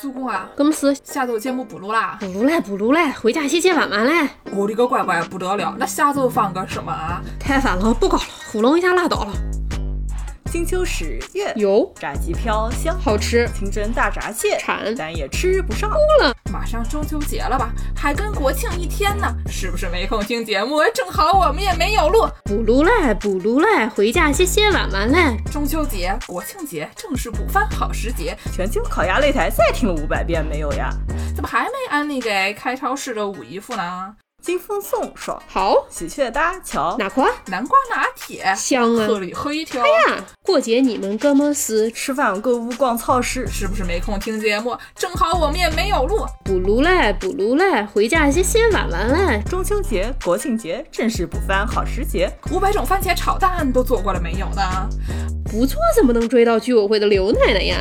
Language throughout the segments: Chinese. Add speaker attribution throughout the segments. Speaker 1: 做工啊，
Speaker 2: 咁么是
Speaker 1: 下周节目补录啦。
Speaker 2: 补录嘞，补录嘞，回家歇歇玩玩嘞。
Speaker 1: 我的个乖乖，不得了！那下周放个什么啊？
Speaker 2: 太烦了，不搞了，糊弄一下拉倒了。
Speaker 3: 金秋十月，
Speaker 2: 有
Speaker 3: 炸鸡飘香，
Speaker 2: 好吃，
Speaker 3: 清蒸大闸蟹，
Speaker 2: 馋
Speaker 3: 咱也吃不上。
Speaker 1: 马上中秋节了吧，还跟国庆一天呢，是不是没空听节目？正好我们也没有录。
Speaker 2: 补录嘞，补录嘞，回家歇歇玩玩嘞。
Speaker 1: 中秋节、国庆节正是补番好时节，
Speaker 3: 全球烤鸭擂台再听了五百遍没有呀？
Speaker 1: 怎么还没安利给开超市的五姨夫呢？
Speaker 3: 金风送爽，
Speaker 2: 好，
Speaker 3: 喜鹊搭桥，
Speaker 2: 哪块？
Speaker 1: 南瓜拿铁，
Speaker 2: 香
Speaker 1: 喝
Speaker 2: 啊！
Speaker 1: 里喝一条，
Speaker 2: 啊，过节你们哥们是
Speaker 3: 吃饭、购物、逛超市，
Speaker 1: 是不是没空听节目？正好我们也没有录。
Speaker 2: 补录嘞，补录嘞，回家歇歇玩玩嘞。
Speaker 3: 中秋节、国庆节正是补番好时 节。
Speaker 1: 五百种番茄炒蛋都做过了没有呢？
Speaker 2: 不错，怎么能追到居委会的刘奶奶呀？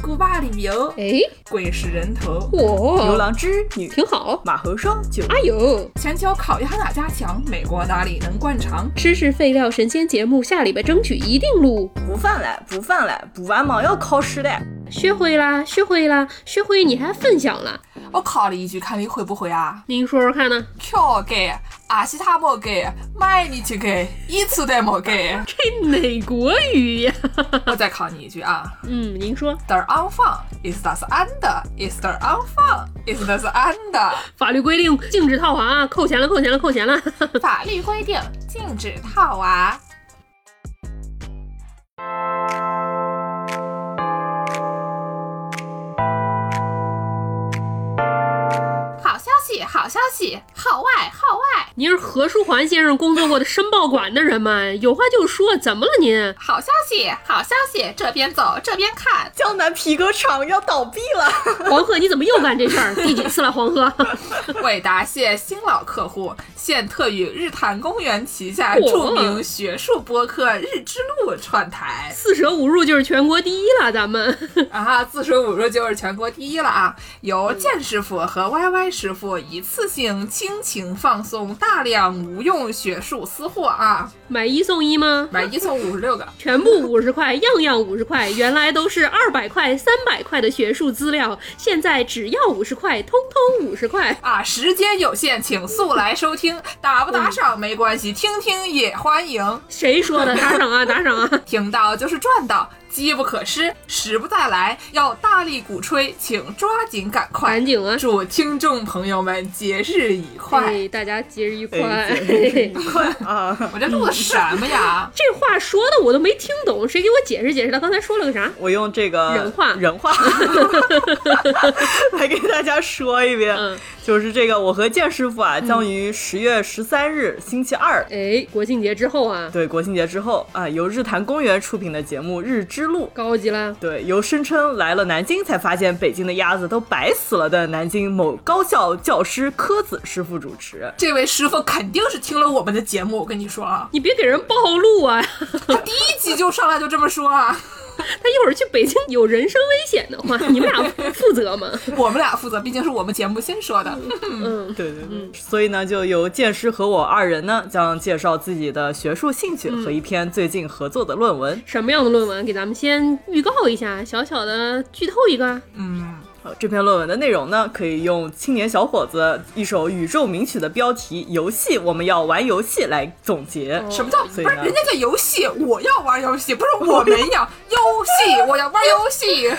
Speaker 1: 古巴旅游，
Speaker 2: 哎，
Speaker 1: 贵是人头。
Speaker 3: 牛
Speaker 2: 嚯，
Speaker 3: 郎织女，
Speaker 2: 挺好。
Speaker 3: 马猴烧酒，
Speaker 2: 哎呦，
Speaker 1: 全球烤鸭哪家强？美国哪里能灌肠？
Speaker 2: 知识废料神仙节目下礼拜争取一定录。
Speaker 3: 补饭来，补饭来，补完忙要考试嘞。
Speaker 2: 学会啦，学会啦，学会你还分享了？
Speaker 1: 我考了一句，看你会不会啊？
Speaker 2: 您说说看呢？
Speaker 1: 票给，阿西他莫给，卖你去给，一次都没给。
Speaker 2: 这哎哪国语呀？
Speaker 1: 我再考你一句啊
Speaker 2: 嗯，您说
Speaker 1: ，der Anfang ist das Ende, ist der Anfang ist das Ende。
Speaker 2: 法律规定禁止套娃啊，扣钱了，扣钱了，扣钱了。
Speaker 1: 法律规定禁止套娃。好消息，好消息，号外，号外！
Speaker 2: 您是何书桓先生工作过的申报馆的人吗？有话就说，怎么了您？
Speaker 1: 好消息，好消息，这边走，这边看。
Speaker 3: 江南皮革厂要倒闭了，
Speaker 2: 黄鹤，你怎么又干这事儿？第几次了，黄鹤？
Speaker 1: 为答谢新老客户，现特与日坛公园旗下
Speaker 2: 嚯
Speaker 1: 著名学术播客《日之路》串台。
Speaker 2: 四舍五入就是全国第一了，咱们。
Speaker 1: 啊，自水五十就是全国第一了啊！由
Speaker 2: 嗯
Speaker 1: 健师傅和 YY 师傅一次性倾情放送大量无用学术私货啊，
Speaker 2: 买一送一吗？
Speaker 1: 买一送五十六 个，
Speaker 2: 全部五十块，样样五十块。原来都是二百块、三百块的学术资料，现在只要五十块，通通五十块。
Speaker 1: 啊，时间有限，请速来收听，打不打
Speaker 2: 嗯
Speaker 1: 赏没关系，听听也欢迎，
Speaker 2: 谁说的？打赏啊，打赏 啊！
Speaker 1: 听到就是赚到，机不可失，时不再来，要大力鼓吹，请抓紧赶快
Speaker 2: 赶！紧啊！
Speaker 1: 祝听众朋友们节日愉快！
Speaker 2: 对，大家节日愉快。
Speaker 3: 快啊！
Speaker 1: 我这录的什么呀？
Speaker 2: 这话说的我都没听懂，谁给我解释解释？他刚才说了个啥？
Speaker 3: 我用这个
Speaker 2: 人话
Speaker 3: 人话 来给大家说一遍，
Speaker 2: 嗯
Speaker 3: 就是这个，我和建师傅啊，将于十月十三日星期二，
Speaker 2: 哎，国庆节之后啊，
Speaker 3: 对国庆节之后啊，由日坛公园出品的节目《日之路》。
Speaker 2: 高级啦。
Speaker 3: 对，由声称来了南京才发现北京的鸭子都白死了的南京某高校教师柯子师傅主持。
Speaker 1: 这位师傅肯定是听了我们的节目，我跟你说啊。
Speaker 2: 你别给人暴露啊！
Speaker 1: 他第一集就上来就这么说啊，
Speaker 2: 他一会儿去北京有人身危险的话，你们俩负责吗？
Speaker 1: 我们俩负责，毕竟是我们节目先说的。
Speaker 2: 嗯，
Speaker 3: 对对对，所以呢，就由剑师和我二人呢，将介绍自己的学术兴趣和一篇最近合作的论文。
Speaker 2: 什么样的论文给咱们先预告一下，小小的剧透一个。
Speaker 1: 嗯，
Speaker 3: 好这篇论文的内容呢，可以用青年小伙子一首宇宙名曲的标题“游戏”，我们要玩游戏来总结。
Speaker 1: 什么叫不
Speaker 3: 所
Speaker 1: 是
Speaker 3: 以呢
Speaker 1: 人家叫游戏，我要玩游戏，不是我们要游戏，我要玩游戏。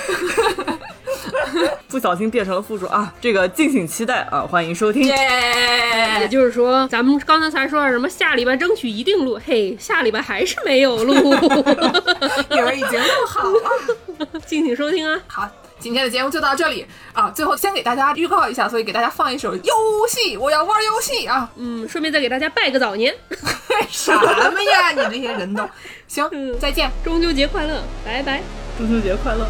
Speaker 3: 不小心变成了复数啊，这个敬请期待啊，欢迎收听。
Speaker 2: 也
Speaker 1: 耶！
Speaker 2: 就是说，咱们刚才才说了什么下礼拜争取一定录，嘿，下礼拜还是没有录，
Speaker 1: 你们已经录好了。
Speaker 2: 敬请收听啊！
Speaker 1: 好，今天的节目就到这里啊。最后先给大家预告一下，所以给大家放一首《游戏》，我要玩游戏啊。
Speaker 2: 嗯，顺便再给大家拜个早年，
Speaker 1: 什么呀，你这些人都行，
Speaker 2: 嗯
Speaker 1: 再见。
Speaker 2: 中秋节快乐，拜拜。
Speaker 3: 中秋节快乐！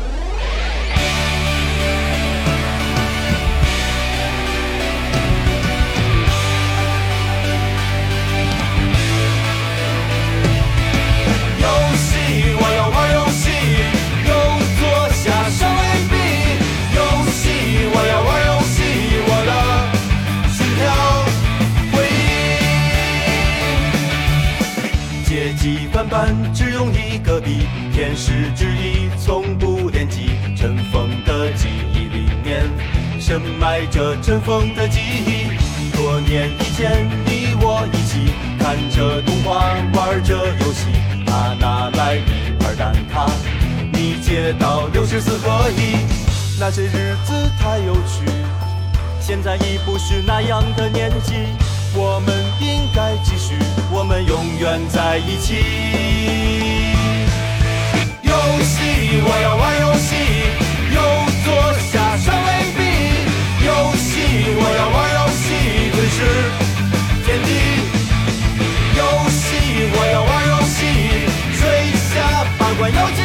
Speaker 4: 游戏，我要玩游戏，右左下上 A B。游戏，我要玩游戏，我的心跳回忆。阶级翻版只用一个笔，天使之翼从不惦记尘封的记忆里。深埋着尘封的记忆。多年以前，你我一起看着动画，玩着游戏，他拿来一块蛋挞，你接到六十四合一。那些日子太有趣，现在已不是那样的年纪，我们应该继续，我们永远在一起。游戏，我要玩游戏，右左下上未必。游戏，我要玩游戏，吞噬天地。游戏，我要玩游戏，水下八关要紧。